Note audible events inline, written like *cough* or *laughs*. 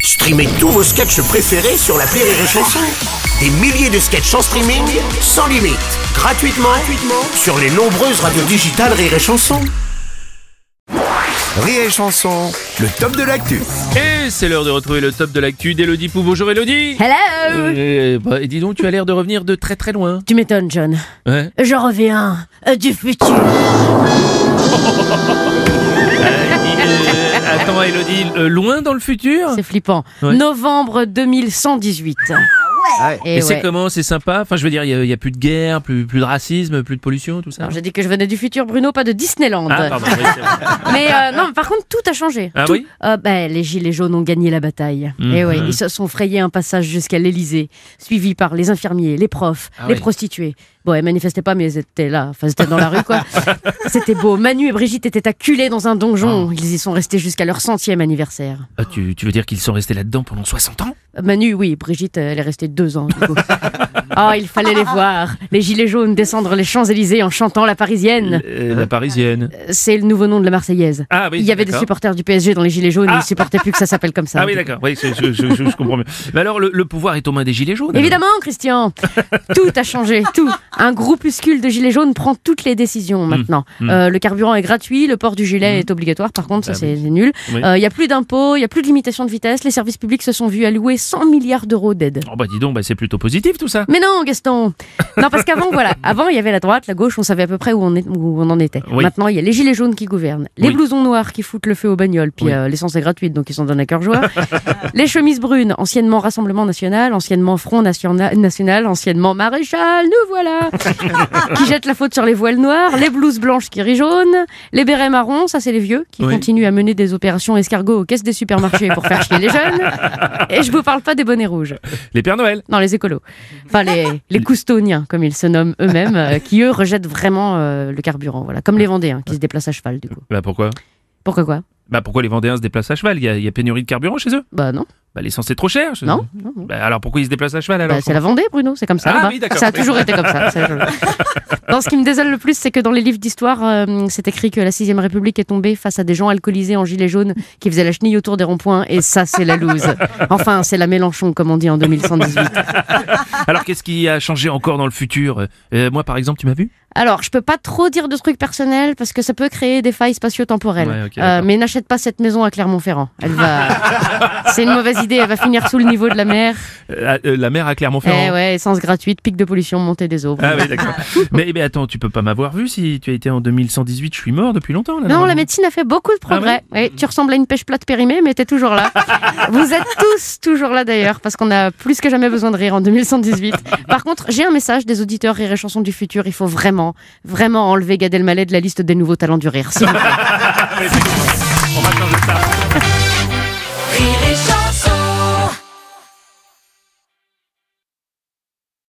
Streamez tous vos sketchs préférés sur la Rire et Chanson. Des milliers de sketchs en streaming, sans limite, gratuitement, gratuitement sur les nombreuses radios digitales Rire et Chanson. Rire et chanson, le top de l'actu. Et c'est l'heure de retrouver le top de l'actu d'Elodie Pou. Bonjour Elodie Hello et dis donc, tu as l'air de revenir de très très loin. Tu m'étonnes, John. Ouais. Je reviens euh, du futur. Euh, attends Elodie, loin dans le futur C'est flippant. Ouais. Novembre 2118. Et Et c'est Ah ouais. comment C'est sympa Enfin je veux dire, il n'y a, plus de guerre, plus, plus de racisme, plus de pollution, tout ça Alors, J'ai dit que je venais du futur, Bruno, pas de Disneyland. Ah pardon, oui, c'est vrai. mais euh, non, par contre, tout a changé. Ah Tout. oui Euh, ben, les Gilets jaunes ont gagné la bataille. Mhm. Et ouais, ils se sont frayés un passage jusqu'à l'Elysée, suivi par les infirmiers, les profs, Ah les oui. prostituées. Bon, elles manifestaient pas, mais elles étaient là. Enfin, elles étaient dans la rue, *laughs* quoi. C'était beau. Manu et Brigitte étaient acculés dans un donjon. Ils y sont restés jusqu'à leur centième anniversaire. Ah, tu, tu veux dire qu'ils sont restés là-dedans pendant 60 ans Manu, oui, Brigitte, elle est restée deux ans. du *laughs* coup. oh, il fallait les voir, les gilets jaunes descendre les Champs-Élysées en chantant la Parisienne. Euh, La parisienne. C'est le nouveau nom de la Marseillaise. Ah oui, il y avait des d'accord. supporters du PSG dans les gilets jaunes, Ah. et ils supportaient plus que ça s'appelle comme ça. *laughs* Ah oui d'accord, oui, c'est- je, je- je- je comprends mieux. Mais alors le, le pouvoir est aux mains des gilets jaunes alors Évidemment, *laughs* Christian, tout a changé, tout. Un groupuscule de gilets jaunes prend toutes les décisions Hmm. maintenant. Euh, le carburant est gratuit, le port du gilet est obligatoire, par contre, ça Ah c'est c'est nul. Euh, Oui. Il n'y a plus d'impôts, il n'y a plus de limitation de vitesse, les services publics se sont vus allouer 100 milliards d'euros d'aide. Oh bah dis donc, bah, c'est plutôt positif tout ça. Mais non, Gaston. Non, parce *laughs* qu'avant, voilà, avant il y avait la droite, la gauche, on savait à peu près où on, est- où on en était. Oui. Maintenant, il y a les gilets jaunes qui gouvernent, les Oui. blousons noirs qui foutent le feu aux bagnoles, puis Oui. euh, l'essence est gratuite, donc ils sont d'un accord *laughs* joie. les chemises brunes, anciennement Rassemblement National, anciennement Front National, national anciennement Maréchal, *laughs* nous voilà, qui jettent la faute sur les voiles noires, les blouses blanches qui rient jaune, les bérets marrons, ça c'est les vieux, qui Oui. continuent à mener des opérations escargots aux caisses des supermarchés pour faire chier *laughs* les jeunes. Et je vous parle pas des bonnets rouges. Les Pères Noël. Non, les écolos. Enfin, les, les coustoniens, comme ils se nomment eux-mêmes, euh, qui eux rejettent vraiment euh, le carburant. Voilà. Comme les Vendéens, qui se déplacent à cheval, du coup. Bah pourquoi Pourquoi quoi Bah pourquoi les Vendéens se déplacent à cheval Il y, a- il y a pénurie de carburant chez eux Bah non, Bah l'essence est trop chère. je- non, non. non. Bah alors pourquoi ils se déplacent à cheval alors Bah, c'est la Vendée, Bruno, c'est comme ça. Ah là-bas. oui, d'accord. ça a toujours été *laughs* comme ça. ça, je- Non, ce qui me désole le plus, c'est que dans les livres d'histoire, euh, c'est écrit que la 6ème République est tombée face à des gens alcoolisés en gilet jaune qui faisaient la chenille autour des ronds-points, et ça, c'est la loose. Enfin, c'est la Mélenchon, comme on dit en 2118. Alors qu'est-ce qui a changé encore dans le futur Euh, Moi par exemple, tu m'as vu Alors, je peux pas trop dire de trucs personnels parce que ça peut créer des failles spatio-temporelles. Euh, Ouais, ok, d'accord. mais n'achète pas cette maison à Clermont-Ferrand. Elle va, *laughs* c'est une mauvaise idée. Elle va finir sous le niveau de la mer. Euh, euh, La mer à Clermont-Ferrand. Eh ouais, essence gratuite, pic de pollution, montée des eaux. Ah oui, *laughs* d'accord. mais, mais attends, tu peux pas m'avoir vu si tu as été en 2118, je suis mort depuis longtemps. Là, Non, normalement. la médecine a fait beaucoup de Ah progrès. Oui, tu ressembles à une pêche plate périmée, mais t'es *laughs* toujours là. Vous êtes tous toujours là d'ailleurs, parce qu'on a plus que jamais besoin de rire en 2118. Par contre, j'ai un message des auditeurs Rire et Chansons du futur. Il faut vraiment, vraiment enlever Gad Elmaleh de la liste des nouveaux talents du rire. s'il vous plaît. On va changer ça.